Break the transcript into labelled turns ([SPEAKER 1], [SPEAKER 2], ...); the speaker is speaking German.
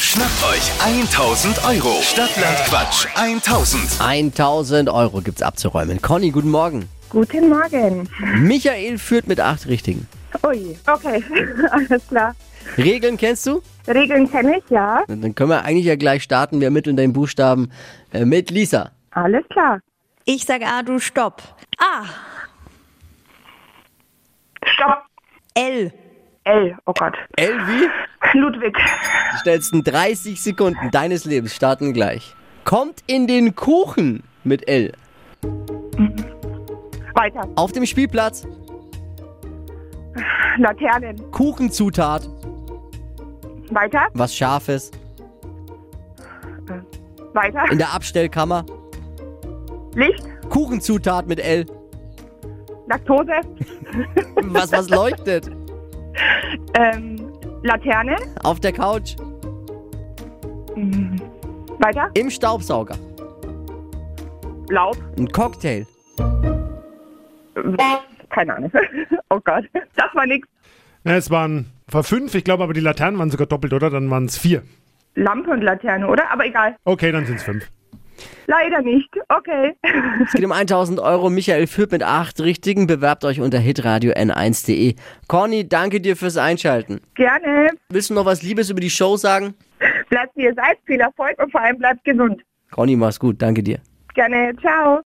[SPEAKER 1] Schnappt euch 1000 Euro. Stadtland Quatsch 1000.
[SPEAKER 2] 1000 Euro gibt's abzuräumen. Conny, guten Morgen.
[SPEAKER 3] Guten Morgen.
[SPEAKER 2] Michael führt mit acht Richtigen.
[SPEAKER 3] Ui, okay, alles klar.
[SPEAKER 2] Regeln kennst du?
[SPEAKER 3] Regeln kenne ich, ja.
[SPEAKER 2] Dann dann können wir eigentlich ja gleich starten. Wir ermitteln den Buchstaben äh, mit Lisa.
[SPEAKER 3] Alles klar.
[SPEAKER 4] Ich sage A, du stopp. A,
[SPEAKER 3] Stopp.
[SPEAKER 4] L,
[SPEAKER 3] L, oh Gott.
[SPEAKER 2] Elvi,
[SPEAKER 3] Ludwig.
[SPEAKER 2] die schnellsten 30 Sekunden deines Lebens starten gleich. Kommt in den Kuchen mit L.
[SPEAKER 3] Weiter.
[SPEAKER 2] Auf dem Spielplatz.
[SPEAKER 3] Laternen.
[SPEAKER 2] Kuchenzutat.
[SPEAKER 3] Weiter.
[SPEAKER 2] Was Scharfes.
[SPEAKER 3] Weiter.
[SPEAKER 2] In der Abstellkammer.
[SPEAKER 3] Licht.
[SPEAKER 2] Kuchenzutat mit L.
[SPEAKER 3] Laktose.
[SPEAKER 2] Was was leuchtet.
[SPEAKER 3] Ähm, Laterne.
[SPEAKER 2] Auf der Couch.
[SPEAKER 3] Weiter.
[SPEAKER 2] Im Staubsauger.
[SPEAKER 3] Laub.
[SPEAKER 2] Ein Cocktail.
[SPEAKER 3] Ähm, Keine Ahnung. Oh Gott. Das war nix.
[SPEAKER 5] Ja, es waren war fünf, ich glaube, aber die Laternen waren sogar doppelt, oder? Dann waren es vier.
[SPEAKER 3] Lampe und Laterne, oder? Aber egal.
[SPEAKER 5] Okay, dann sind es fünf.
[SPEAKER 3] Leider nicht. Okay.
[SPEAKER 2] Es geht um 1000 Euro. Michael führt mit acht Richtigen. Bewerbt euch unter hitradio n1.de. Corny, danke dir fürs Einschalten.
[SPEAKER 3] Gerne.
[SPEAKER 2] Willst du noch was Liebes über die Show sagen?
[SPEAKER 3] Bleibt wie ihr seid. Viel Erfolg und vor allem bleibt gesund.
[SPEAKER 2] Corny, mach's gut. Danke dir.
[SPEAKER 3] Gerne. Ciao.